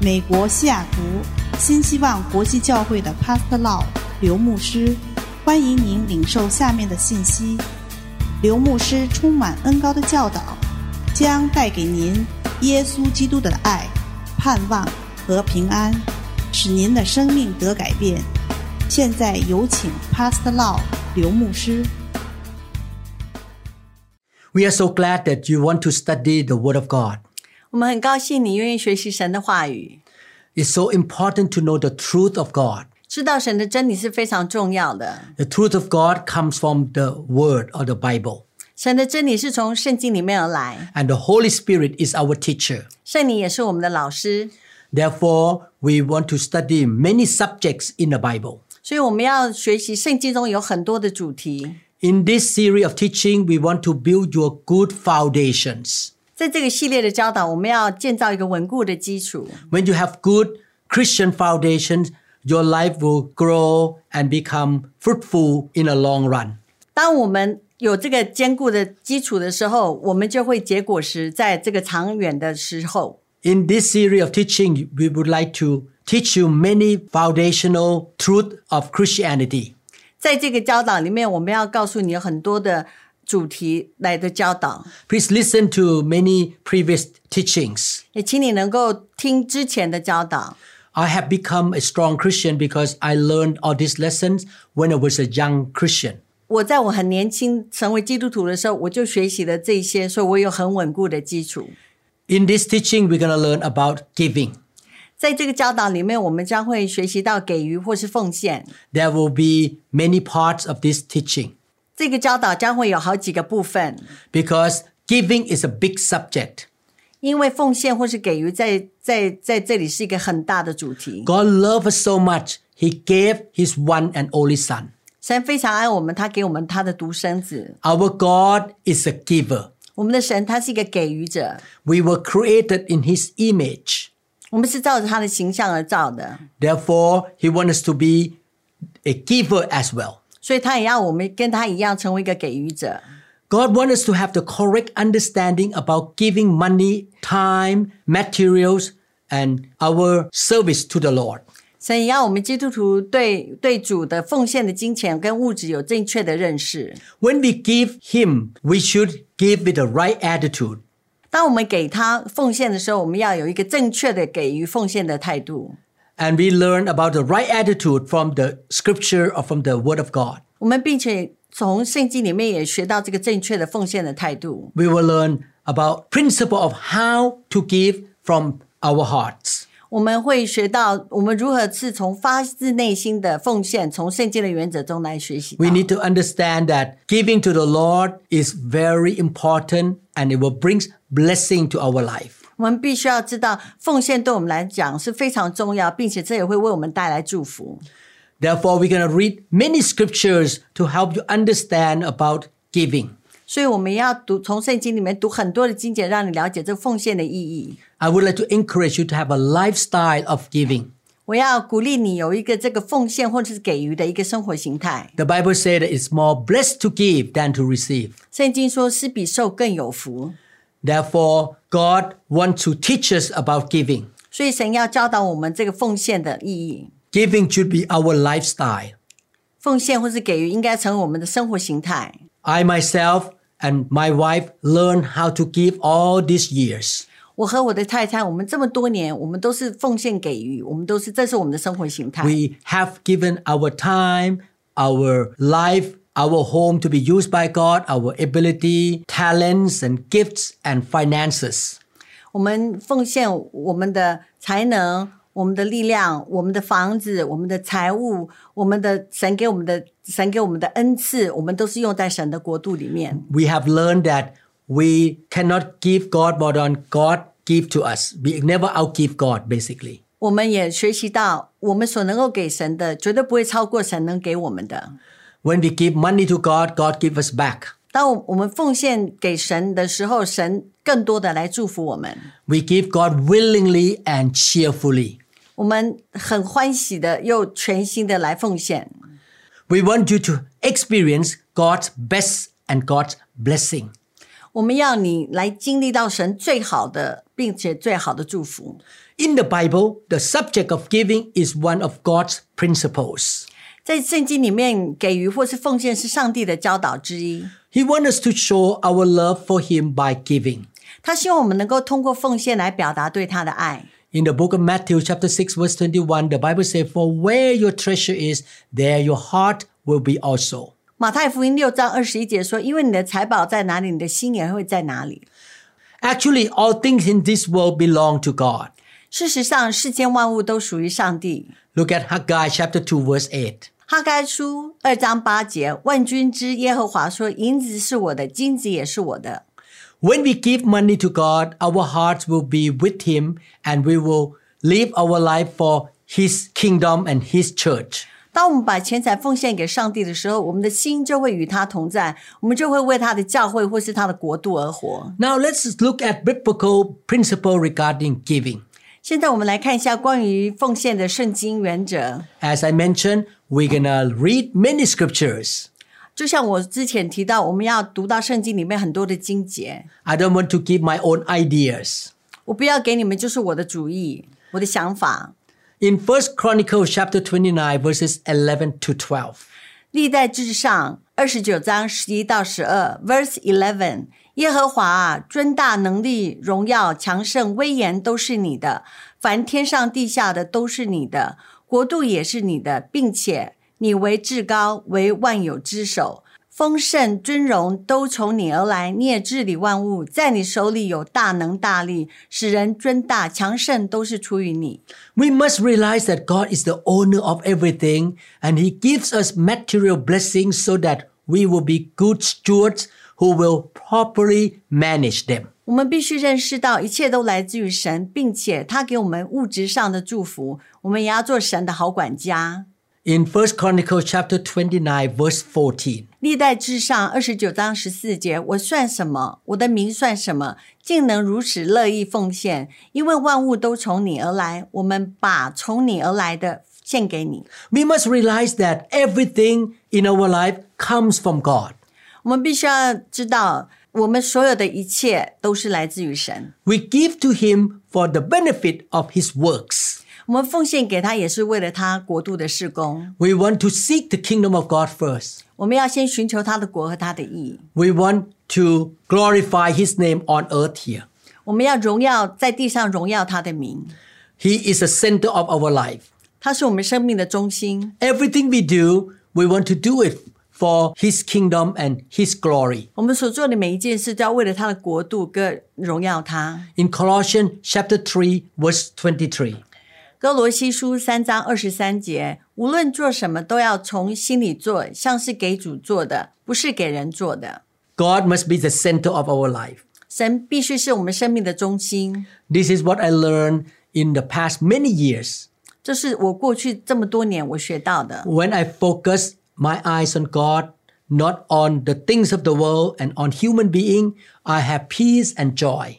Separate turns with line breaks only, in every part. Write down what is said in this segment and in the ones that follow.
美国西雅图新希望国际教会的 Pastor Law 刘牧师，欢迎您领受下面的信息。刘牧师充满恩高的教导，将带给您耶稣基督的爱、盼望和平安，使您的生命得改变。现在有请 Pastor Law 刘牧师。
We are so glad that you want to study the Word of God.
我们很高兴你愿意学习神的话语，
It's so important to know the truth of God.
知道神的真理是非常重要的。
The truth of God comes from the Word or the Bible,
神的真理是从圣经里面而来，
and the Holy Spirit is our teacher.
圣灵也是我们的老师，
Therefore, we want to study many subjects in the Bible.
所以我们要学习圣经中有很多的主题。
In this series of teaching, we want to build your good foundations.
在这个系列的教导，我们要建造一个稳固的基础。
When you have good Christian foundations, your life will grow and become fruitful in the long run.
当我们有这个坚固的基础的时候，我们就会结果实，在这个长远的时候。
In this series of teaching, we would like to teach you many foundational truths of Christianity.
在这个教导里面，我们要告诉你有很多的主题来的教导，
Please listen to many previous teachings.
也请你能够听之前的教导。
I have become a strong Christian because I learned all these lessons when I was a young Christian.
我在我很年轻成为基督徒的时候，我就学习了这些，所以我有很稳固的基础。
In this teaching, we're going to learn about giving.
在这个教导里面，我们将会学习到给予或是奉献。
There will be many parts of this teaching
这个教导将会有好几个部分，
because giving is a big subject.
因为奉献或是给予在在在这里是一个很大的主题。
God loved us so much, He gave His one and only Son.
神非常爱我们，他给我们他的独生子。
Our God is a giver.
我们的神他是一个给予者，
We were created in His image.
我们是照着他的形象而造的，
Therefore, He wants us to be a giver as well.
所以他也要我们跟他一样成为一个给予者。
God wants us to have the correct understanding about giving money, time, materials, and our service to the Lord.
神也要我们基督徒对对主的奉献的金钱跟物质有正确的认识。
When we give Him, we should give with the right attitude.
当我们给他奉献的时候，我们要有一个正确的给予奉献的态度。
And we learn about the right attitude from the scripture or from the Word of God.
我们并且从圣经里面也学到这个正确的奉献的态度。
We will learn about principle of how to give from our hearts.
我们会学到我们如何是从发自内心的奉献，从圣经的原则中来学习到。
We need to understand that giving to the Lord is very important and it will bring blessing to our life.
我们必须要知道，奉献对我们来讲是非常重要，并且这也会为我们带来祝福。
Therefore, we're going to read many scriptures to help you understand about giving.
所以我们要读从圣经里面读很多的经节，让你了解这奉献的意义。
I would like to encourage you to have a lifestyle of giving.
我要鼓励你有一个这个奉献或者是给予的一个生活形态。
The Bible said that it's more blessed to give than to receive.
圣经说：“施比受更有福。
Therefore, God wants to teach us about giving. ”
所以神要教导我们这个奉献的意义。
Giving should be our lifestyle.
奉献或是给予应该成为我们的生活形态。
I myself and my wife learned how to give all these years.
我和我的太太，我们这么多年，我们都是奉献给予，我们都是这是我们的生活形态。
We have given our time, our life, our home to be used by God, our ability, talents, and gifts and finances.
我们奉献我们的才能、我们的力量、我们的房子、我们的财物、我们的神给我们的神给我们的恩赐，我们都是用在神的国度里面。
We have learned that we cannot give God more than God give to us. We never outgive God, basically.
我们也学习到，我们所能够给神的，绝对不会超过神能给我们的。
When we give money to God, God gives us back.
当我们奉献给神的时候，神更多的来祝福我们。
We give God willingly and cheerfully.
我们很欢喜的，又全心的来奉献。
We want you to experience God's best and God's blessing.
我们要你来经历到神最好的，并且最好的祝福。
In the Bible, the subject of giving is one of God's principles.
在圣经里面，给予或是奉献是上帝的教导之一。
He wants us to show our love for Him by giving.
他希望我们能够通过奉献来表达对他的爱。
In the book of Matthew, chapter 6, verse 21, the Bible says, For where your treasure is, there your heart will be also.
马太福音六章二十一节说：“因为你的财宝在哪里，你的心也会在哪里。
Actually, all things in this world belong to God. ”
事实上，世间万物都属于上帝。
Look at Haggai chapter 2, verse 8.
哈该书二章八节：“万军之耶和华说，银子是我的，金子也是我的。
When we give money to God, our hearts will be with Him and we will live our life for His kingdom and His church. ”
当我们把钱财奉献给上帝的时候，我们的心就会与他同在，我们就会为他的教会或是他的国度而活。
Now let's look at biblical principle regarding giving.
现在我们来看一下关于奉献的圣经原则。
As I mentioned, we're gonna read many scriptures.
就像我之前提到，我们要读到圣经里面很多的经节。
I don't want to give my own ideas.
我不要给你们就是我的主意，我的想法。
In 1 Chronicles chapter 29 verses 11 to 12.
历代至上二十九章十一到十二，verse eleven。耶和华啊，尊大能力、荣耀、强盛、威严都是你的，凡天上地下的都是你的，国度也是你的，并且你为至高，为万有之首，丰盛、尊荣都从你而来，你也治理万物，在你手里有大能大力，使人尊大、强盛都是出于你。
We must realize that God is the owner of everything and He gives us material blessings so that we will be good stewards who will properly manage them.
我们必须认识到，一切都来自于神，并且他给我们物质上的祝福，我们也要做神的好管家。
In 1 Chronicles chapter 29 verse 14.
历代至上二十九章十四节，我算什么？我的名算什么？竟能如此乐意奉献？因为万物都从你而来，我们把从你而来的献给你。
We must realize that everything in our life comes from God.
我们必须要知道，我们所有的一切都是来自于神。
We give to Him for the benefit of His works.
我们奉献给他，也是为了他国度的事工。
We want to seek the kingdom of God first.
我们要先寻求他的国和他的义。
We want to glorify His name on earth here.
我们要荣耀在地上荣耀他的名，
He is the center of our life.
他是我们生命的中心。
Everything we do, we want to do it for His kingdom and His glory.
我们所做的每一件事，都要为了他的国度跟荣耀他。
In Colossians chapter 3 verse 23.
哥罗西书三章二十三节，无论做什么，都要从心里做，像是给主做的，不是给人做的。
God must be the center of our life.
神必须是我们生命的中心，
This is what I learned in the past many years.
这是我过去这么多年我学到的。
When I focus my eyes on God, not on the things of the world and on human being, I have peace and joy.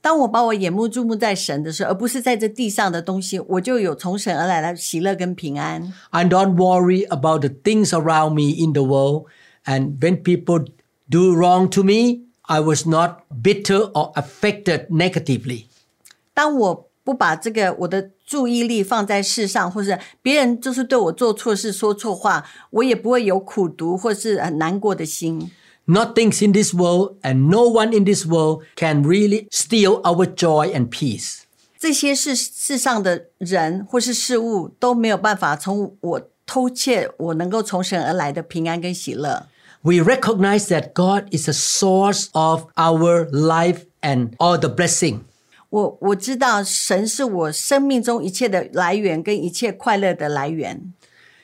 当我把我眼目注目在神的时候，而不是在这地上的东西，我就有从神而来的喜乐跟平安。
I don't worry about the things around me in the world. And when people do wrong to me, I was not bitter or affected negatively.
当我不把这个我的注意力放在世上，或是别人就是对我做错事、说错话，我也不会有苦读或是很难过的心。
Not things in this world and no one in this world can really steal our joy and peace.
这些世世上的人或是事物都没有办法从我偷窃我能够从神而来的平安跟喜乐。
We recognize that God is the source of our life and all the blessing.
我我知道神是我生命中一切的来源跟一切快乐的来源，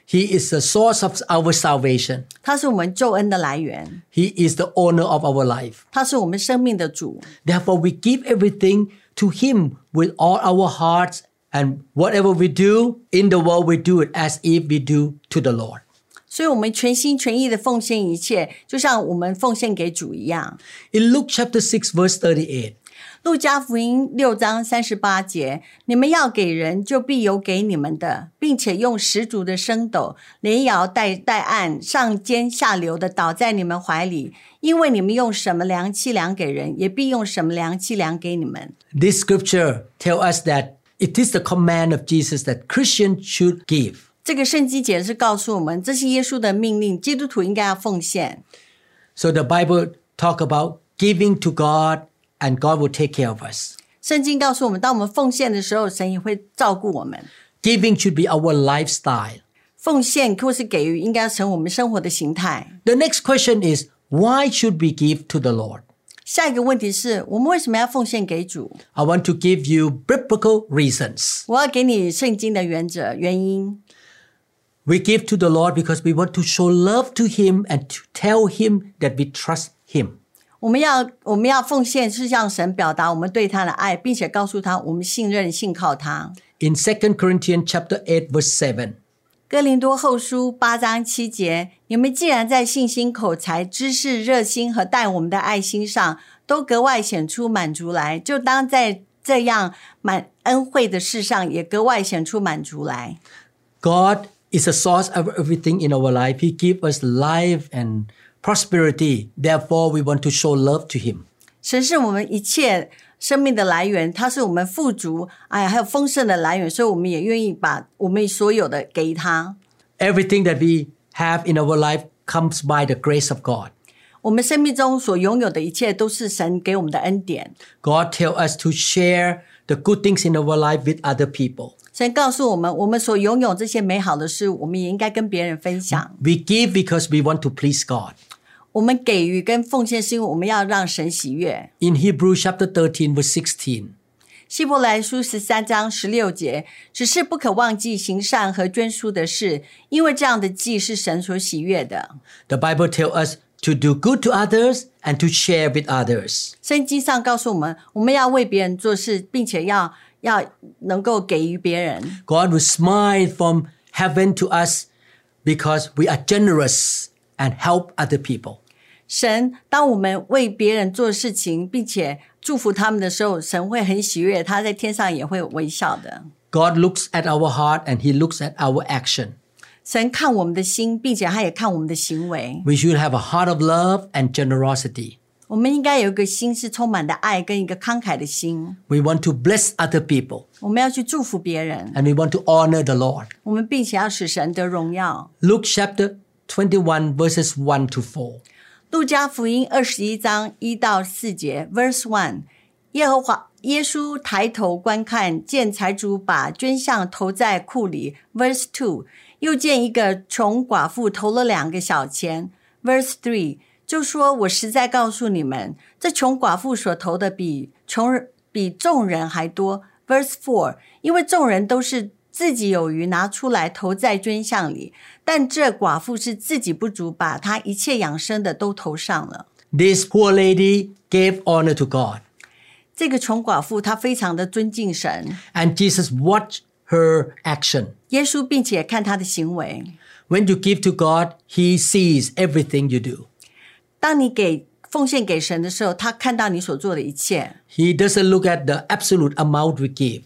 He is the source of our salvation.
他是我们救恩的来源，
He is the owner of our life.
他是我们生命的主。
Therefore, we give everything to Him with all our hearts, and whatever we do in the world, we do it as if we do to the Lord.
所以我们全心全意的奉献一切，就像我们奉献给主一样。
In Luke chapter 6, verse 38,
路加福音六章三十八节：你们要给人，就必有给你们的，并且用十足的升斗，连摇带带按，上尖下流的倒在你们怀里，因为你们用什么量器量给人，也必用什么量器量给你们。
This scripture tells us that it is the command of Jesus that Christians should give.
这个圣经解释告诉我们，这是耶稣的命令，基督徒应该要奉献。
So the Bible talk about giving to God and God will take care of us.
圣经告诉我们，当我们奉献的时候，神也会照顾我们。
Giving should be our lifestyle.
奉献或是给予，应该成我们生活的形态。
The next question is why should we give to the Lord?
下一个问题是我们为什么要奉献给主？
I want to give you biblical reasons.
我要给你圣经的原则原因。
We give to the Lord because we want to show love to Him and to tell Him that we trust Him.
我们要我们要奉献，是向神表达我们对他的爱，并且告诉他我们信任、信靠他。
In 2 Corinthians chapter 8 verse 7,
哥林多后书八章七节：你们既然在信心、口才、知识、热心和待我们的爱心上，都格外显出满足来，就当在这样满恩惠的事上也格外显出满足来。
God is the source of everything in our life. He gives us life and prosperity. Therefore, we want to show love to Him.
神是我们一切生命的来源，它是我们富足哎还有丰盛的来源，所以我们也愿意把我们所有的给他。
Everything that we have in our life comes by the grace of God.
我们生命中所拥有的一切都是神给我们的恩典。
God tells us to share the good things in our life with other people.
神告诉我们，我们所拥有这些美好的事，我们也应该跟别人分享。
We give because we want to please God.
我们给予跟奉献，是因为我们要让神喜悦。
In Hebrews chapter 13, verse 16,
希伯来书十三章十六节，只是不可忘记行善和捐书的事，因为这样的祭是神所喜悦的。
the Bible tells us to do good to others and to share with others.
圣经上告诉我们，我们要为别人做事，并且要要能够给予别人。
God will smile from heaven to us because we are generous and help other people.
神，当我们为别人做事情，并且祝福他们的时候，神会很喜悦，他在天上也会微笑的。
God looks at our heart and He looks at our action.
神看我们的心，并且他也看我们的行为。
We should have a heart of love and generosity.
我们应该有一个心是充满的爱跟一个慷慨的心。
We want to bless other people
我们要去祝福别人，
and we want to honor the Lord.
我们并且要使神得荣耀。
Luke chapter 21, verses 1 to 4.
路加福音二十一章一到四节，verse one，耶和华耶稣抬头观看，见财主把捐项投在库里，verse two，又见一个穷寡妇投了两个小钱，verse three，就说我实在告诉你们，这穷寡妇所投的比穷人比众人还多，verse four，因为众人都是。自己有余拿出来投在捐项里，但这寡妇是自己不足，把她一切养生的都投上了。
This poor lady gave honor to God,
这个穷寡妇她非常的尊敬神，
and Jesus watched her action.
耶稣，并且看她的行为。
When you give to God, He sees everything you do.
当你给奉献给神的时候，他看到你所做的一切，
He doesn't look at the absolute amount we give,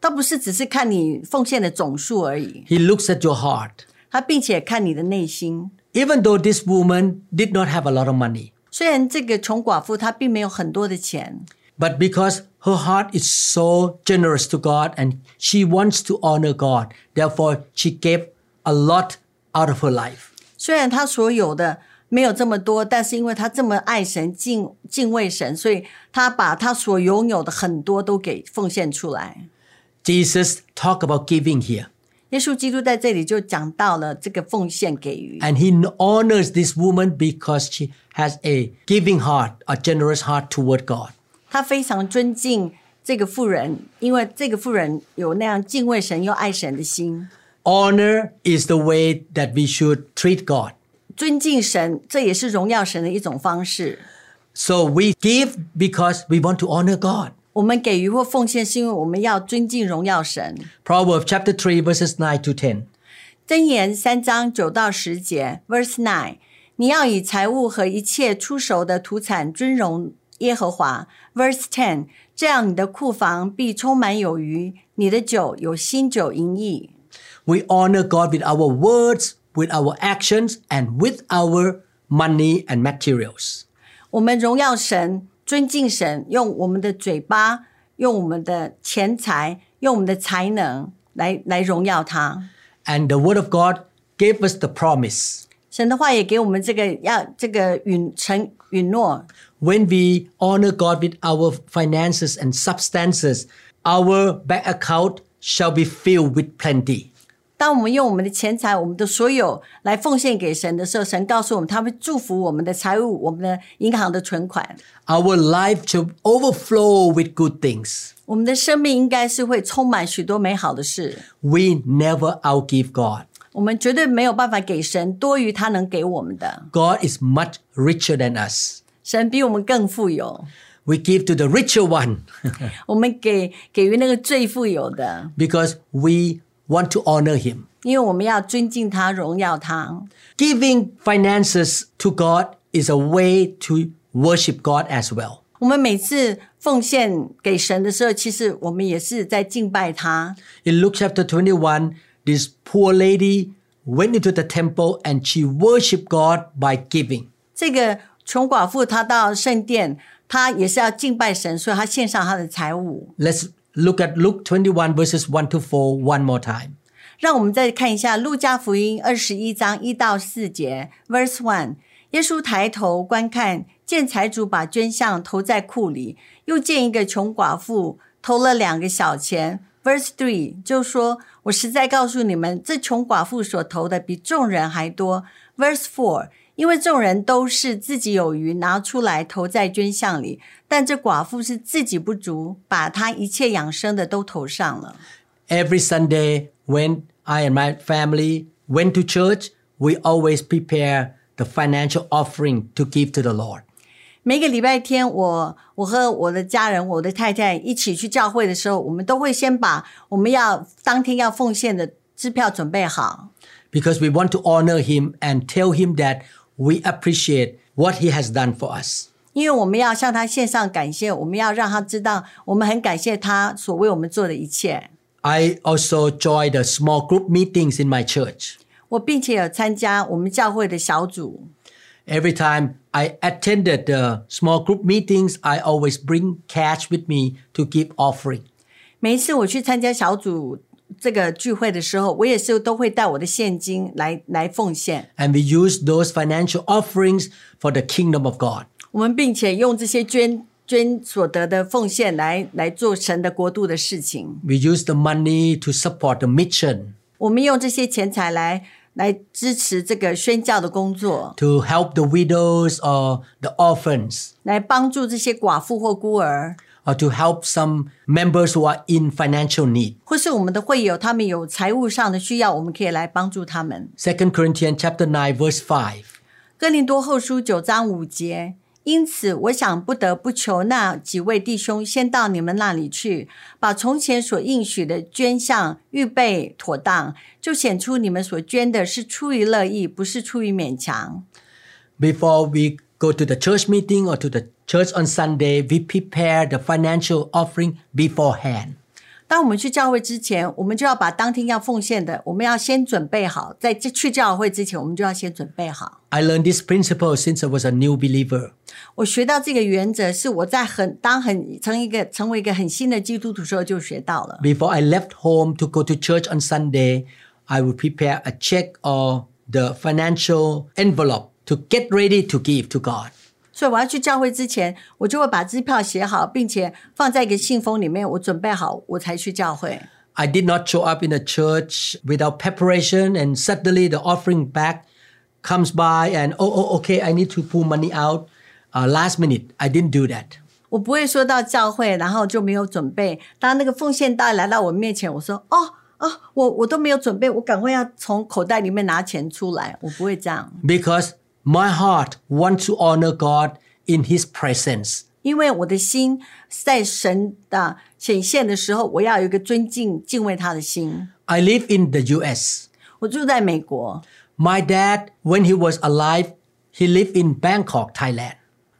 倒不是只是看你奉献的总数而已，
He looks at your heart.
他并且看你的内心。
Even though this woman did not have a lot of money,
虽然这个穷寡妇她并没有很多的钱，
but because her heart is so generous to God and she wants to honor God, therefore she gave a lot out of her life.
虽然她所有的没有这么多，但是因为她这么爱神、敬敬畏神，所以她把她所拥有的很多都给奉献出来。
Jesus talked about giving here,
耶稣基督在这里就讲到了这个奉献给予。
and he honors this woman because she has a giving heart, a generous heart toward God.
他非常尊敬这个妇人，因为这个妇人有那样敬畏神又爱神的心，
Honor is the way that we should treat God.
尊敬神，这也是荣耀神的一种方式。
So we give because we want to honor God.
我们给予或奉献，是因为我们要尊敬荣耀神。
Proverbs chapter 3, verses 9 to 10.
箴言三章九到十节，verse nine，你要以财物和一切出熟的土产尊荣耶和华。verse ten，这样你的库房必充满有余，你的酒有新酒盈溢。
We honor God with our words, with our actions, and with our money and materials.
我们荣耀神，尊敬神，用我们的嘴巴，用我们的钱财，用我们的才能来来荣耀他。
And the Word of God gave us the promise.
神的话也给我们这个要这个允承允诺，
When we honor God with our finances and substances, our bank account shall be filled with plenty.
当我们用我们的钱财、我们的所有来奉献给神的时候，神告诉我们，他会祝福我们的财务、我们的银行的存款。
Our life shall overflow with good things.
我们的生命应该是会充满许多美好的事。
We never outgive God.
我们绝对没有办法给神多于他能给我们的。
God is much richer than us.
神比我们更富有，
We give to the richer one
我们给给予那个最富有的，
because we want to honor him.
因为我们要尊敬他、荣耀他。
Giving finances to God is a way to worship God as well.
我们每次奉献给神的时候，其实我们也是在敬拜他。
In Luke chapter 21, this poor lady went into the temple and she worshiped God by giving.
这个穷寡妇她到圣殿，她也是要敬拜神，所以她献上她的财物。
Let's look at Luke 21 verses 1 to 4 one more time.
让我们再看一下《路加福音》二十一章一到四节，verse one。耶稣抬头观看，见财主把捐项投在库里，又见一个穷寡妇投了两个小钱。verse three 就说：“我实在告诉你们，这穷寡妇所投的比众人还多。”verse four。因为众人都是自己有余，拿出来投在捐项里，但这寡妇是自己不足，把她一切养生的都投上了。
Every Sunday, when I and my family went to church, we always prepare the financial offering to give to the Lord.
每个礼拜天我，我和我的家人、我的太太一起去教会的时候，我们都会先把我们要当天要奉献的支票准备好，
because we want to honor him and tell him that we appreciate what he has done for us.
因为我们要向他献上感谢，我们要让他知道我们很感谢他所为我们做的一切。
I also joined the small group meetings in my church.
我并且有参加我们教会的小组，
Every time I attended the small group meetings, I always bring cash with me to give offering.
每一次我去参加小组这个聚会的时候，我也是都会带我的现金来来奉献。
And we use those financial offerings for the kingdom of God.
我们并且用这些捐捐所得的奉献来来做神的国度的事情。
We use the money to support the mission,
我们用这些钱财来来支持这个宣教的工作，
to help the widows or the orphans,
来帮助这些寡妇或孤儿，
or to help some members who are in financial need.
或是我们的会友，他们有财务上的需要，我们可以来帮助他们。
2 Corinthians chapter 9 verse 5.
哥林多后书九章五节。因此，我想不得不求那几位弟兄先到你们那里去，把从前所应许的捐项预备妥当，就显出你们所捐的是出于乐意，不是出于勉强。
Before we go to the church meeting or to the church on Sunday, we prepare the financial offering beforehand.
当我们去教会之前，我们就要把当天要奉献的，我们要先准备好。在这去教会之前，我们就要先准备好。
I learned this principle since I was a new believer.
我学到这个原则，是我在很当很成一个成为一个很新的基督徒时候就学到了。
Before I left home to go to church on Sunday, I would prepare a check or the financial envelope to get ready to give to God.
所以我要去教会之前，我就会把支票写好，并且放在一个信封里面，我准备好，我才去教会。
I did not show up in the church without preparation, and suddenly the offering bag comes by, and oh, oh, okay, I need to pull money out uh, last minute. I didn't do that.
我不会说到教会，然后就没有准备。当那个奉献袋来到我面前，我说：“哦哦，我我都没有准备，我赶快要从口袋里面拿钱出来。”我不会这样，
because my heart wants to honor God in His presence.
因为我的心在神的显现的时候，我要有一个尊敬、敬畏他的心。
I live in the U.S.
我住在美国，
My dad, when he was alive, he lived in Bangkok, Thailand.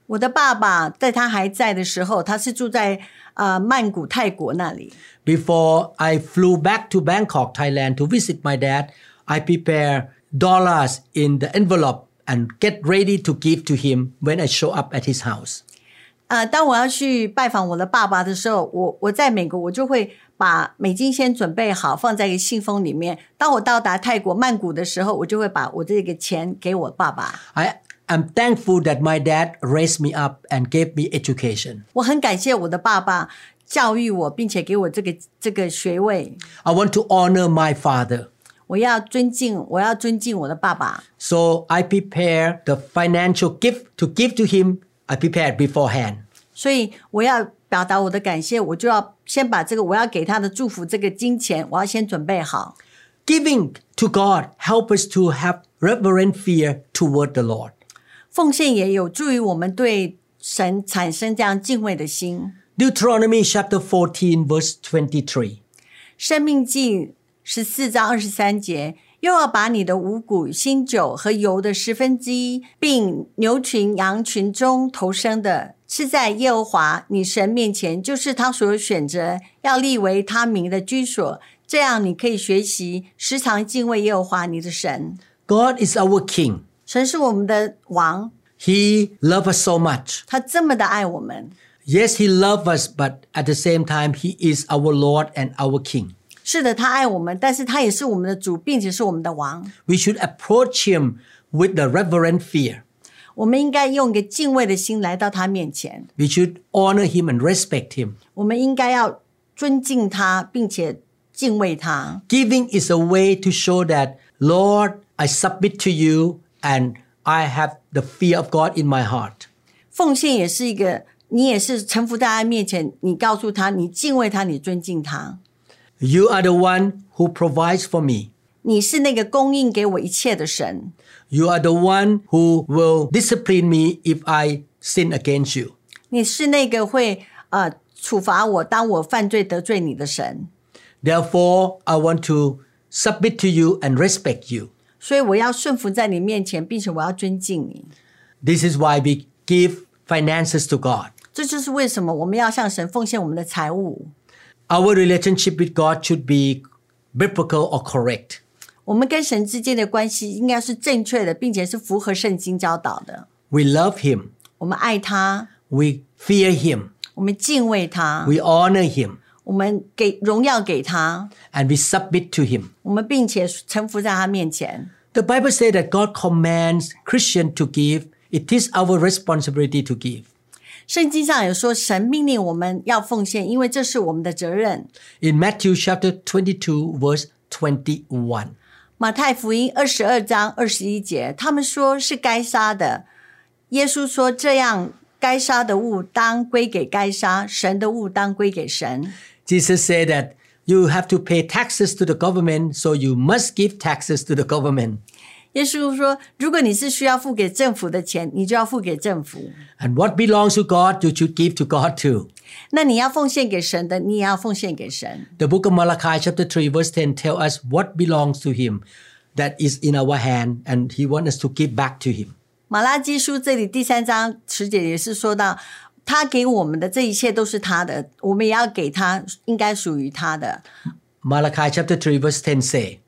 我的爸爸在他还在的时候，他是住在呃曼谷泰国那里。
Before I flew back to Bangkok, Thailand to visit my dad, I prepared dollars in the envelope and get ready to give to him when I show up at his house.
呃，当我要去拜访我的爸爸的时候，我我在美国，我就会把美金先准备好，放在一个信封里面。当我到达泰国曼谷的时候，我就会把我这个钱给我爸爸。
I am thankful that my dad raised me up and gave me education.
我很感谢我的爸爸教育我，并且给我这个这个学位。
I want to honor my father.
我要尊敬，我要尊敬我的爸爸。
So I prepare the financial gift to give to him. I prepared beforehand.
所以我要表达我的感谢，我就要先把这个我要给他的祝福这个金钱，我要先准备好。
Giving to God help us to have reverent fear toward the Lord.
奉献也有助于我们对神产生这样敬畏的心。
Deuteronomy chapter 14 verse 23.
生命记十四章二十三节，又要把你的五谷、新酒和油的十分之一，并牛群、羊群中投生的，吃在耶和华你神面前，就是他所选择要立为他名的居所。这样你可以学习时常敬畏耶和华你的神。
God is our king.
神是我们的王，
He loves us so much.
他这么的爱我们。
Yes, he loves us, but at the same time he is our Lord and our king.
是的，他爱我们，但是他也是我们的主，并且是我们的王。
We should approach him with the reverent fear.
我们应该用一个敬畏的心来到他面前，
We should honor him and respect him.
我们应该要尊敬他，并且敬畏他。
Giving is a way to show that, Lord, I submit to you and I have the fear of God in my heart.
奉献也是一个，你也是臣服在他面前，你告诉他，你敬畏他，你尊敬他，
You are the one who provides for me.
你是那个供应给我一切的神，
You are the one who will discipline me if I sin against you.
你是那个会呃处罚我，当我犯罪得罪你的神。
Therefore, I want to submit to you and respect you.
所以我要顺服在你面前，并且我要尊敬你。
This is why we give finances to God.
这就是为什么我们要向神奉献我们的财物。
Our relationship with God should be biblical or correct.
我们跟神之间的关系应该是正确的，并且是符合圣经教导的。
We love Him.
我们爱他，
We fear Him.
我们敬畏他，
We honor Him.
我们给荣耀给他，
And we submit to Him.
我们并且臣服在他面前。
The Bible says that God commands Christian to give. It is our responsibility to give.
圣经上有说，神命令我们要奉献，因为这是我们的责任。
In Matthew chapter 22 verse 21.
马太福音二十二章二十一节，他们说是该杀的。耶稣说：“这样，该杀的物当归给该杀，神的物当归给神。
Jesus said that you have to pay taxes to the government, so you must give taxes to the government. ”
耶稣说：“如果你是需要付给政府的钱，你就要付给政府；
And what belongs to God, you should give to God too.
那你要奉献给神的，你也要奉献给神。
The book of Malachi, chapter 3, verse 10, tell us what belongs to Him that is in our hand, and He wants us to give back to Him. ”
马拉基书这里第三章十节也是说到，他给我们的这一切都是他的，我们也要给他应该属于他的。
Malachi, chapter 3, verse 10 say,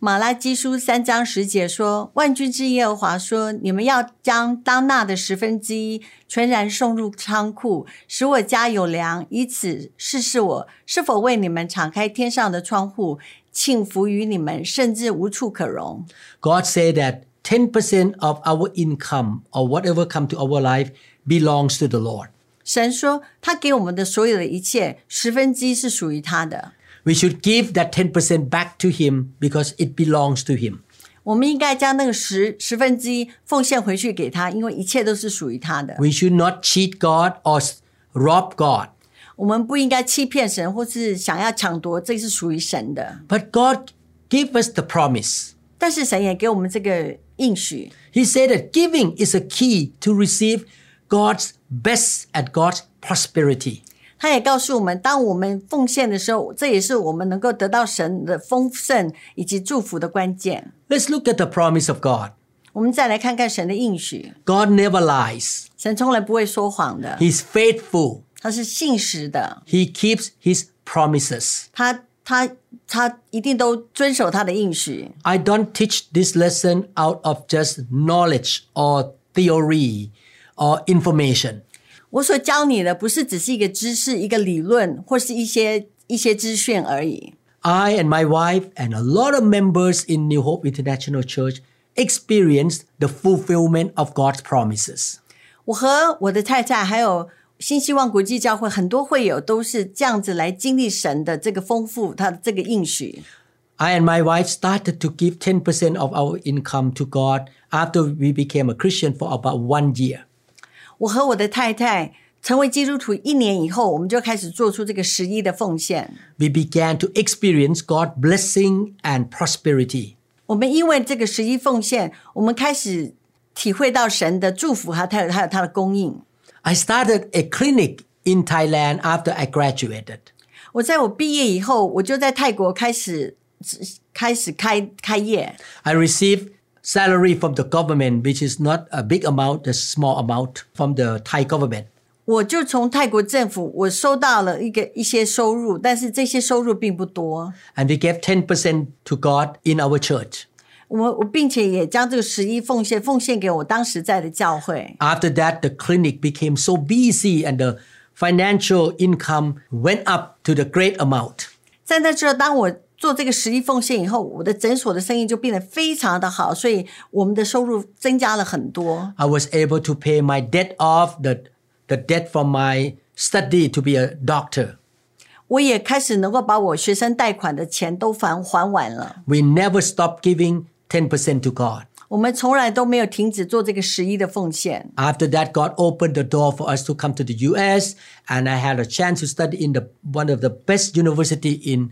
马拉基书三章十节说：“万军之耶和华说，你们要将当纳的十分之一全然送入仓库，使我家有粮，以此试试我是否为你们敞开天上的窗户，庆福于你们，甚至无处可容。
God said that 10% of our income or whatever come to our life belongs to the Lord. ”
神说：“他给我们的所有的一切，十分之一是属于他的。
We should give that 10% back to Him because it belongs to Him.
我们应该将那个十十分之一奉献回去给他，因为一切都是属于他的。
We should not cheat God or s- rob God.
我们不应该欺骗神，或是想要抢夺，这是属于神的。”
But God gave us the promise.
但是神也给我们这个应许，
He said that giving is a key to receive God's best and God's prosperity.
他也告诉我们，当我们奉献的时候，这也是我们能够得到神的丰盛以及祝福的关键。
Let's look at the promise of God.
我们再来看看神的应许，
God never lies.
神从来不会说谎的，
He's faithful.
他是信实的，
He keeps his promises.
他他他一定都遵守他的应许。
I don't teach this lesson out of just knowledge or theory or information.
我所教你的不是只是一个知识、一个理论或是一些一些资讯而已。
I and my wife and a lot of members in New Hope International Church experienced the fulfillment of God's promises.
我和我的太太还有新希望国际教会很多会友都是这样子来经历神的这个丰富，他的这个应许。
I and my wife started to give 10% of our income to God after we became a Christian for about one year.
我和我的太太成为基督徒一年以后，我们就开始做出这个十一的奉献。
We began to experience God's blessing and prosperity.
我们因为这个十一奉献，我们开始体会到神的祝福，还有还有还有他的供应。
I started a clinic in Thailand after I graduated.
我在我毕业以后，我就在泰国开始开始开开业。
I received salary from the government, which is not a big amount, a small amount from the Thai government.
我就从泰国政府，我收到了一个一些收入，但是这些收入并不多。
And we gave 10% to God in our church.
我我并且也将这个十一奉献奉献给我当时在的教会。
After that, the clinic became so busy and the financial income went up to the great amount.
在那之后，当我做这个十一奉献以后，我的诊所的生意就变得非常的好，所以我们的收入增加了很多。
I was able to pay my debt off, the, the debt from my study to be a doctor.
我也开始能够把我学生贷款的钱都还还完了。
We never stopped giving 10% to God.
我们从来都没有停止做这个十一的奉献。
After that, God opened the door for us to come to the US, and I had a chance to study in the, one of the best university in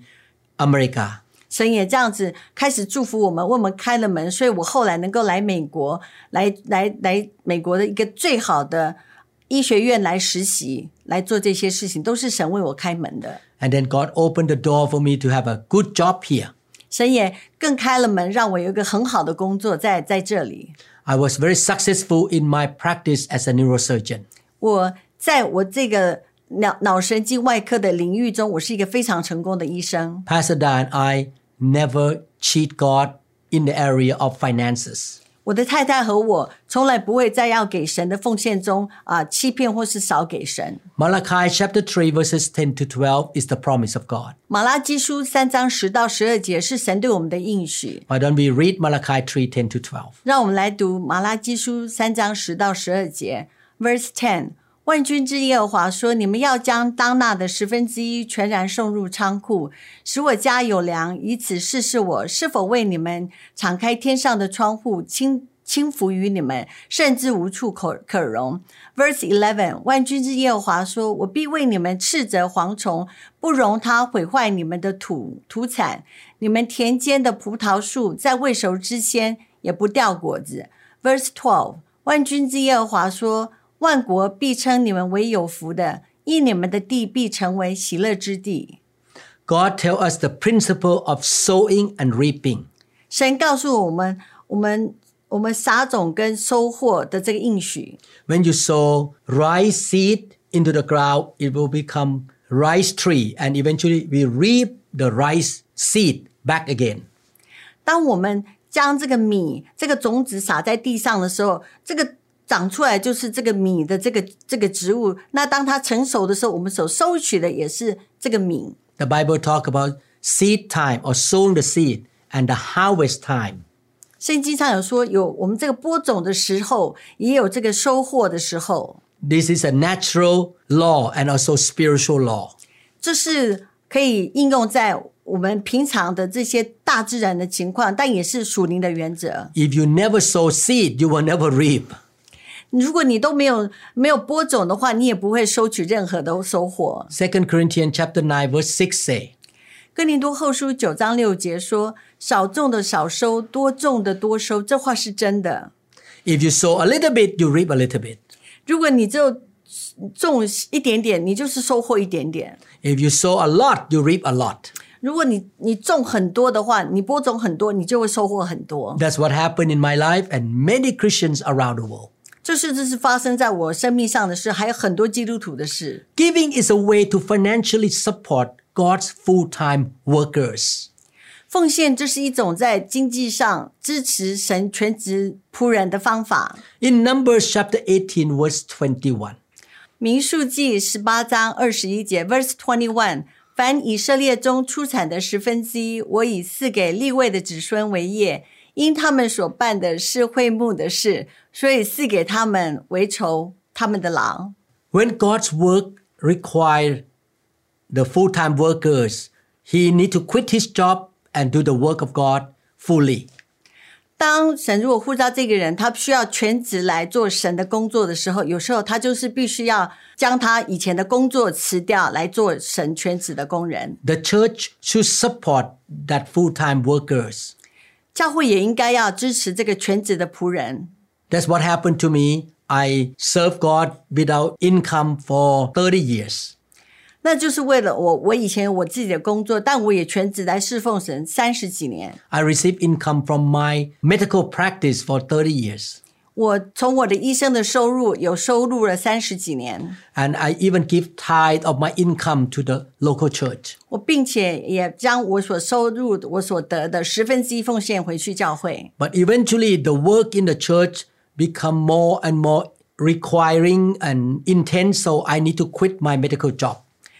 America.
神也这样子开始祝福我们，为我们开了门，所以我后来能够来美国，来来来美国的一个最好的医学院来实习，来做这些事情，都是神为我开门的。
And then God opened the door for me to have a good job here.
神也更开了门，让我有一个很好的工作在在这里。
I was very successful in my practice as a neurosurgeon.
我在我这个脑脑神经外科的领域中，我是一个非常成功的医生。
Pasada and I never cheat God in the area of finances.
我的太太和我从来不会在要给神的奉献中啊、欺骗或是少给神。
Malachi chapter 3 verses 10 to 12 is the promise of God.
马拉基书三章十到十二节是神对我们的应许。
Why don't we read Malachi 3 10 to 12?
让我们来读马拉基书三章十到十二节，verse ten。万军之耶和华说：“你们要将当纳的十分之一全然送入仓库，使我家有粮，以此试试我是否为你们敞开天上的窗户，轻轻浮于你们，甚至无处可可容。Verse eleven，万军之耶和华说：“我必为你们斥责蝗虫，不容它毁坏你们的土土产。你们田间的葡萄树在未熟之先也不掉果子。”Verse twelve，万军之耶和华说：“万国必称你们为有福的，因你们的地必成为喜乐之地。
God tells us the principle of sowing and reaping. ”
神告诉我们，我们我们撒种跟收获的这个应许。
When you sow rice seed into the ground, it will become rice tree and eventually we reap the rice seed back again.
当我们将这个米这个种子撒在地上的时候，这个长出来就是这个米的这个这个植物。那当它成熟的时候，我们所收取的也是这个米。
The Bible talk about seed time or sowing the seed and the harvest time.
圣经上有说，有我们这个播种的时候，也有这个收获的时候，
This is a natural law and also spiritual law.
这是可以应用在我们平常的这些大自然的情况，但也是属灵的原则。
If you never sow seed, you will never reap.
如果你都没有没有播种的话，你也不会收取任何的收获。
2 Corinthians chapter 9 verse 6 say,
哥林多后书九章六节说：“少种的少收，多种的多收。”这话是真的。
if you sow a little bit, you reap a little bit.
如果你就种一点点，你就是收获一点点；
If you sow a lot, you reap a lot.
如果你你种很多的话，你播种很多，你就会收获很多。
That's what happened in my life and many Christians around the world.
就是这是发生在我生命上的事，还有很多基督徒的事。
Giving is a way to financially support God's full time workers.
奉献这是一种在经济上支持神全职仆人的方法。
In Numbers chapter 18, verse 21,
民数记十八章二十一节，verse twenty one。凡以色列中出产的十分之一，我以赐给立位的子孙为业，因他们所办的是会幕的事，所以赐给他们为仇他们的狼。
when God's work required the full time workers, he need to quit his job and do the work of God fully.
当神如果呼召这个人，他需要全职来做神的工作的时候，有时候他就是必须要将他以前的工作辞掉，来做神全职的工人。
The church should support that full time workers.
教会也应该要支持这个全职的仆人。
That's what happened to me. I served God without income for 30 years.
那就是为了我，我以前我自己的工作，但我也全职来侍奉神三十几年。
I received income from my medical practice for 30 years.
我从我的医生的收入有收入了三十几年，
And I even give tithe of my income to the local church.
我并且也将我所收入我所得的十分之一奉献回去教会。
But eventually the work in the church become more and more requiring and intense, so I need to quit my medical job.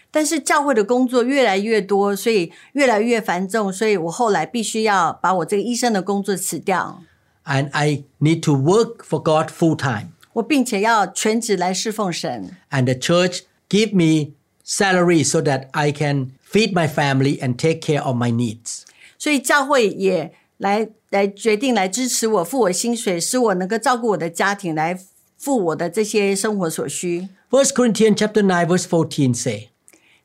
但是教会的工作越来越多，所以越来越繁重，所以我后来必须要把我这个医生的工作辞掉，
And I need to work for God full time.
我并且要全职来侍奉神。
And the church give me salary so that I can feed my family and take care of my needs.
所以教会也来来决定来支持我，付我薪水，使我能够照顾我的家庭，来付我的这些生活所需。
First Corinthians chapter 9 verse 14 say,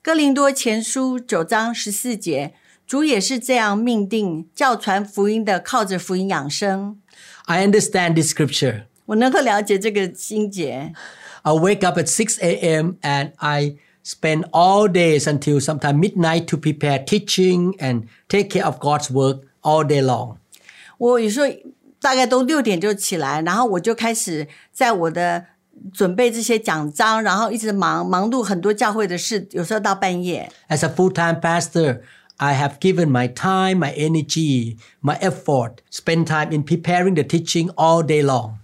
哥林多前书九章十四节，主也是这样命定，叫传福音的靠着福音养生。
I understand this scripture.
我能够了解这个心结。
I wake up at 6 a.m. and I spend all days until sometime midnight to prepare teaching and take care of God's work all day long.
我有时候大概都六点就起来，然后我就开始在我的准备这些奖章，然后一直忙忙碌很多教会的事，有时候到半夜。
As a full-time pastor, I have given my time, my energy, my effort, spend time in preparing the teaching all day long.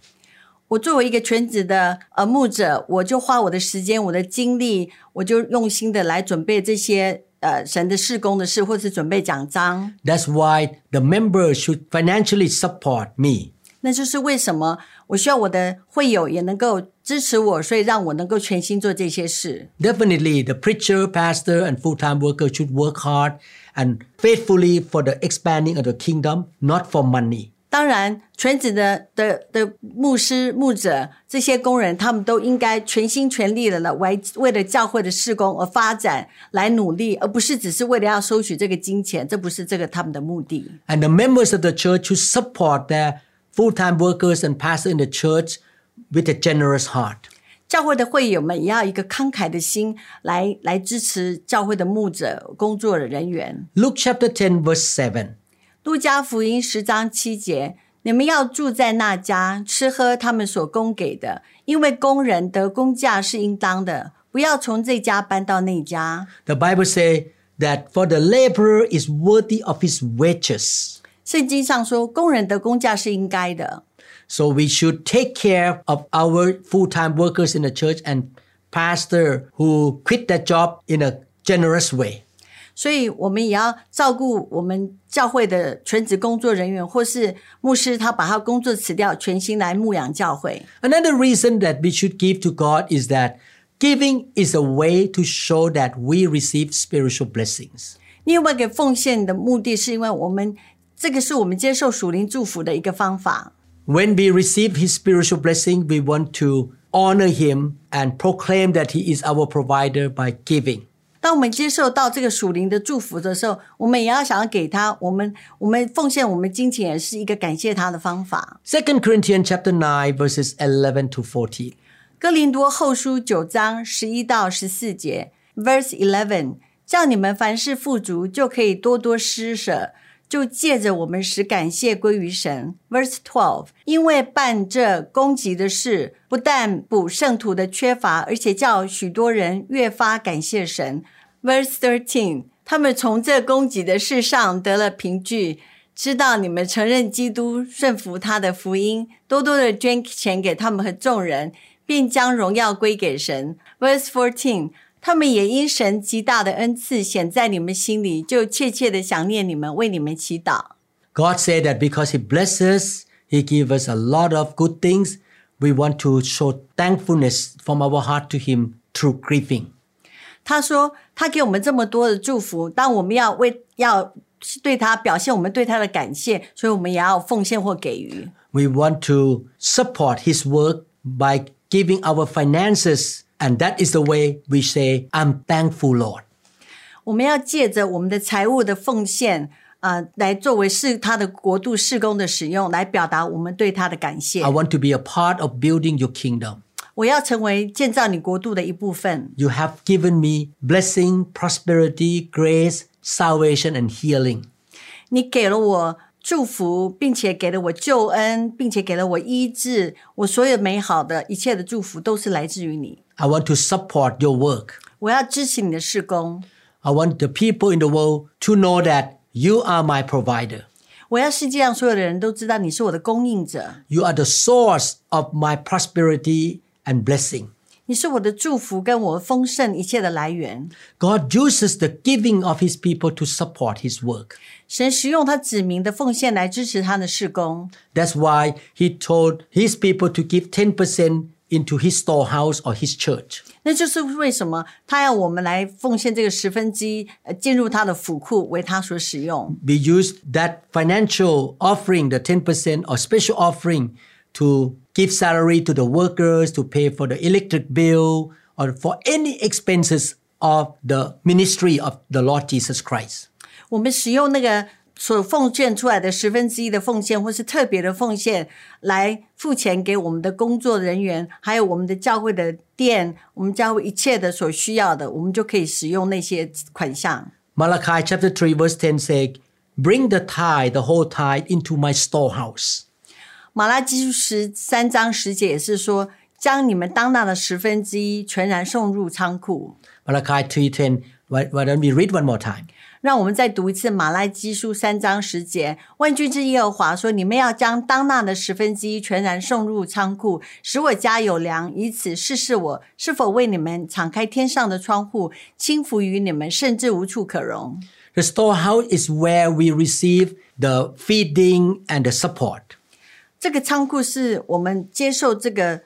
我作为一个全职的呃牧者，我就花我的时间、我的精力，我就用心的来准备这些呃神的事工的事，或是准备奖章。
That's why the members should financially support me.
那就是为什么我需要我的会友也能够支持我，所以让我能够全心做这些事。
Definitely, the preacher, pastor, and full time worker should work hard and faithfully for the expanding of the kingdom, not for money.
当然，全职的的的牧师、牧者这些工人，他们都应该全心全力的了，为为了教会的事工而发展来努力，而不是只是为了要收取这个金钱，这不是这个他们的目的。
And the members of the church should support their full time workers and pastors in the church with a generous heart.
教会的会友们也要一个慷慨的心来来支持教会的牧者、工作的人员。
Luke chapter 10, verse 7.
路加福音十章七节：你们要住在那家，吃喝他们所供给的，因为工人得工价是应当的。不要从这家搬到那家。
The Bible says that for the laborer is worthy of his wages.
圣经上说，工人的工价是应该的，
So we should take care of our full time workers in the church and pastor who quit their job in a generous way.
所以我们也要照顾我们教会的全职工作人员，或是牧师，他把他工作辞掉，全心来牧养教会。
Another reason that we should give to God is that giving is a way to show that we receive spiritual blessings.
另外一个奉献的目的，是因为我们这个是我们接受属灵祝福的一个方法。
When we receive His spiritual blessing, we want to honor Him and proclaim that He is our provider by giving.
当我们接受到这个属灵的祝福的时候，我们也要想要给他，我们我们奉献我们金钱也是一个感谢他的方法。
2 Corinthians chapter 9 verses 11 to 14.
哥林多后书九章十一到十四节，verse eleven。叫你们凡事富足，就可以多多施舍，就借着我们使感谢归于神。Verse twelve，因为办这供给的事，不但补圣徒的缺乏，而且叫许多人越发感谢神。Verse thirteen，他们从这供给的事上得了凭据，知道你们承认基督，顺服他的福音，多多的捐钱给他们和众人，并将荣耀归给神。Verse fourteen，他们也因神极大的恩赐显在你们心里，就切切的想念你们，为你们祈祷。
God said that because He blesses, He gives us a lot of good things. We want to show thankfulness from our heart to Him through grieving.
他说他给我们这么多的祝福，当我们要为要对他表现我们对他的感谢，所以我们也要奉献或给予。
We want to support His work by giving our finances. And that is the way we say, I'm thankful, Lord.
我们要借着我们的财务的奉献啊、呃来作为是他的国度事工的使用，来表达我们对他的感谢
I。want to be a part of building your kingdom.
我要成为建造你国度的一部分。
You have given me blessing, prosperity, grace, salvation, and healing.
你给了我祝福，并且给了我救恩，并且给了我医治。我所有美好的一切的祝福都是来自于你。
I want to support your work.
我要支持你的事工。
I want the people in the world to know that you are my provider.
我要世界上所有的人都知道你是我的供应者，
You are the source of my prosperity and blessing.
你是我的祝福跟我丰盛一切的来源。
God uses the giving of his people to support his work.
神使用他子民的奉献来支持他的事工，
That's why he told his people to give 10% into his storehouse or his church.
那就是为什么他要我们来奉献这个十分之一，呃，进入他的府库为他所使用。
We use that financial offering, the 10% or special offering, to give salary to the workers, to pay for the electric bill, or for any expenses of the ministry of the Lord Jesus Christ.
我们使用那个所奉献出来的十分之一的奉献，或是特别的奉献，来付钱给我们的工作人员，还有我们的教会的店，我们教会一切的所需要的，我们就可以使用那些款项。
Malachi chapter 3, verse 10 says, Bring the tithe, the whole tithe, into my storehouse.
马拉基书十三章十节也是说，将你们当纳的十分之一全然送入仓库。
Malachi 3.10, why, why don't we read one more time?
让我们再读一次马拉基书三章十节。万军之耶和华说：“你们要将当纳的十分之一全然送入仓库，使我家有粮，以此试试我是否为你们敞开天上的窗户，轻浮于你们，甚至无处可容。
The storehouse is where we receive the feeding and the support. ”
这个仓库是我们接受这个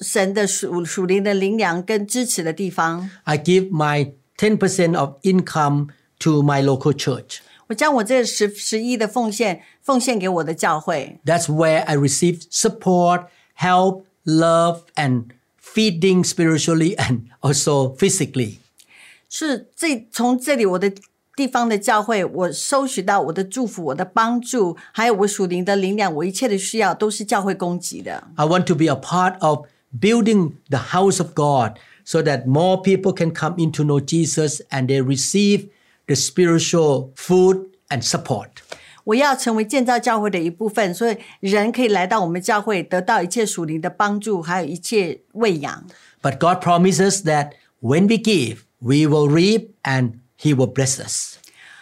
神的属属灵的灵粮跟支持的地方。
I give my 10% of income to my local church.
我将我这十十一的奉献奉献给我的教会，
That's where I receive support, help, love, and feeding spiritually and also physically.
是这从这里我的地方的教会，我收取到我的祝福、我的帮助，还有我属灵的灵粮，我一切的需要都是教会供给的。
I want to be a part of building the house of God so that more people can come in to know Jesus and they receive the spiritual food and support.
我要成为建造教会的一部分，所以人可以来到我们教会，得到一切属灵的帮助，还有一切喂养。
But God promises that when we give, we will reap and He will bless us.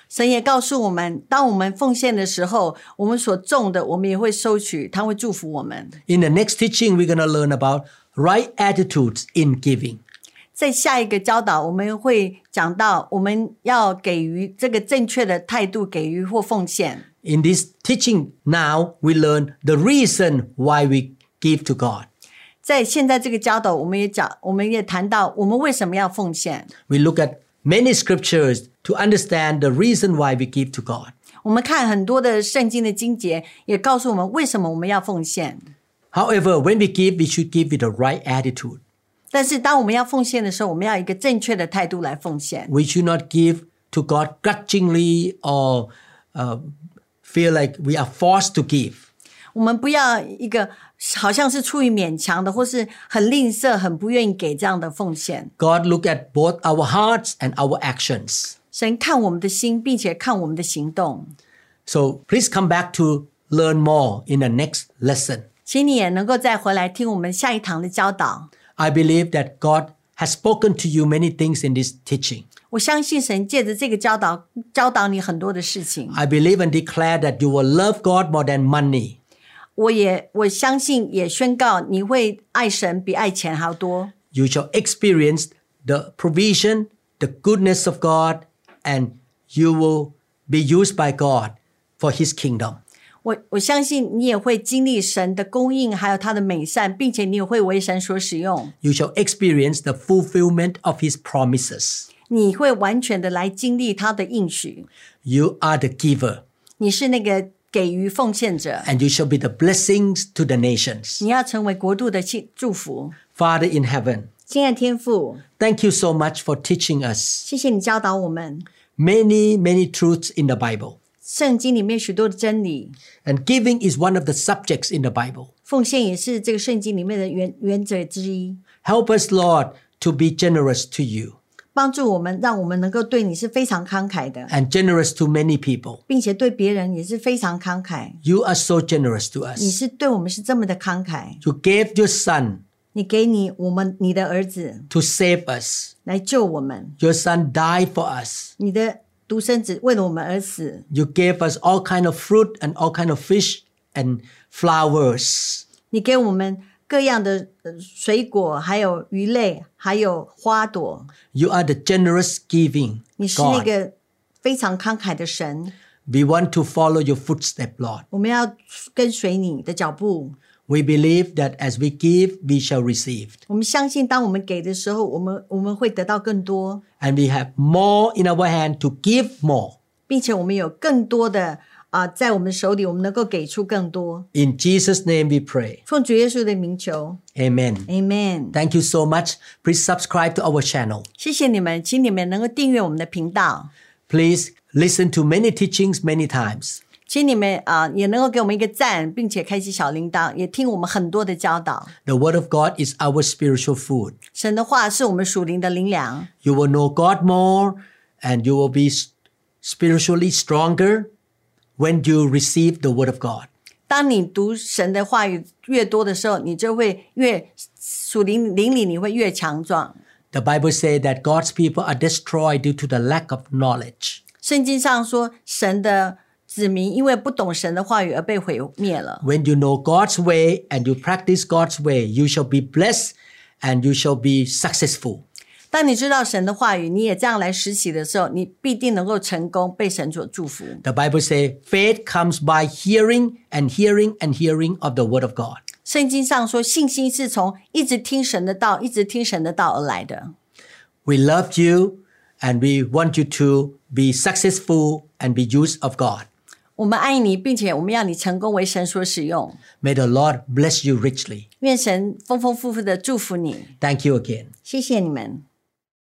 神也告诉我们，当我们奉献的时候，我们所种的，我们也会收取，他会祝福我们。
In the next teaching, we're going to learn about right attitudes in giving.
在下一个教导，我们会讲到我们要给予这个正确的态度，给予或奉献。
In this teaching now, we learn the reason why we give to God.
在现在这个教导，我们也讲，我们也谈到我们为什么要奉献。
We look at many scriptures to understand the reason why we give to God.
我们看很多的圣经的经节，也告诉我们为什么我们要奉献。
However, when we give, we should give with the right attitude.
但是当我们要奉献的时候，我们要有一个正确的态度来奉献。
We should not give to God grudgingly or uh, feel like we are forced to give.
我们不要一个好像是出于勉强的，或是很吝啬、很不愿意给这样的奉献。
God look at both our hearts and our actions.
神看我们的心，并且看我们的行动。
So please come back to learn more in the next lesson.
请你也能够再回来听我们下一堂的教导。
I believe that God has spoken to you many things in this teaching.
我相信神借着这个教导教导你很多的事情。
I believe and declare that you will love God more than money.
我也我相信也宣告你会爱神比爱钱还要多。
You shall experience the provision, the goodness of God, and you will be used by God for His kingdom.
我我相信你也会经历神的供应，还有他的美善，并且你也会为神所使用。
You shall experience the fulfillment of His promises.
你会完全的来经历他的应许。
You are the giver,
你是那个给予奉献者，
and you shall be the blessings to the nations.
你要成为国度的幸祝福。
Father in heaven,
亲爱的天父，
thank you so much for teaching us
谢谢你教导我们
many, many truths in the Bible.
圣经里面许多的真理，
And giving is one of the subjects in the Bible.
奉献也是这个圣经里面的原原则之一。
Help us, Lord, to be generous to you
帮助我们，让我们能够对你是非常慷慨的，
and generous to many people.
并且对别人也是非常慷慨。
You are so generous to
你
us.
是对我们是这么的慷慨，
You gave your son
你给你我们你的儿子
to save us.
来救我们，
Your son died for us.
你的独生子为了我们而死，
You gave us all kind of fruit and all kind of fish and flowers.
你给我们各样的呃水果，还有鱼类，还有花朵。
You are the generous giving
你是那
God.
个非常慷慨的神，
We want to follow your footstep, Lord.
我们要跟随你的脚步。
We believe that as we give, we shall receive.
我们相信，当我们给的时候，我们我们会得到更多，
And we have more in our hand to give more.
并且我们有更多的啊、在我们手里，我们能够给出更多。
In Jesus' name we pray.
奉主耶稣的名求
Amen.
，Amen。
Thank you so much. Please subscribe to our channel.
谢谢你们，请你们能够订阅我们的频道，
Please listen to many teachings many times.
请你们啊、也能够给我们一个赞，并且开启小铃铛，也听我们很多的教导。
The Word of God is our spiritual food.
神的话是我们属灵的灵粮，
You will know God more and you will be s- spiritually stronger when you receive the Word of God.
当你读神的话语越多的时候，你就会越属灵灵里，你会越强壮。
The Bible says that God's people are destroyed due to the lack of knowledge.
圣经上说，神的子民因为不懂神的话语而被毁灭了。
When you know God's way and you practice God's way, you shall be blessed and you shall be successful.
当你知道神的话语，你也这样来实习的时候，你必定能够成功，被神所祝福。
The Bible says faith comes by hearing and hearing and hearing of the word of God.
圣经上说，信心是从一直听神的道，一直听神的道而来的。
We love you and we want you to be successful and be used of God.
我们爱你，并且我们要你成功为神所使用。
May the Lord bless you richly.
愿神丰丰富富的祝福你。
Thank you again.
谢谢你们。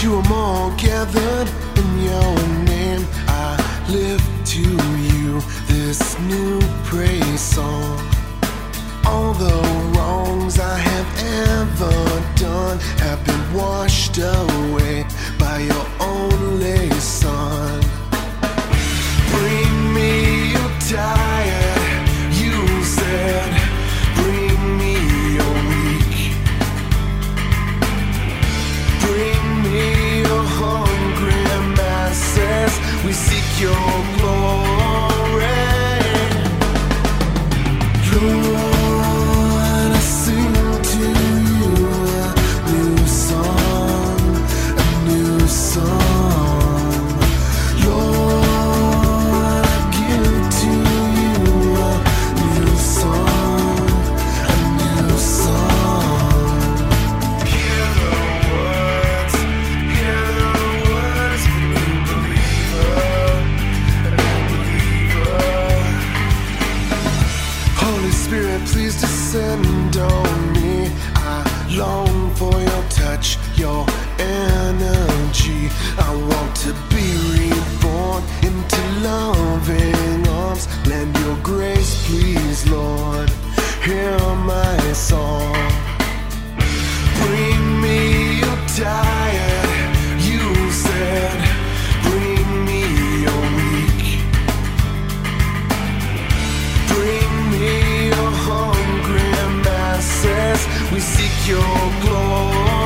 To them all gathered in your name, I lift to you this new praise song. All the wrongs I have ever done have been washed away by your only son. Bring me your diet, you said. Bring me your weak. Bring me your hungry masses. We seek your glory. Lord, I sing to you a new song, a new song. Lord, Holy Spirit, please descend on me. I long for your touch, your energy. I want to be reborn into loving arms. Lend your grace, please, Lord. Hear my song. Bring me your diet, you said. Bring me your weak. Bring me your hungry masses. We seek your glory.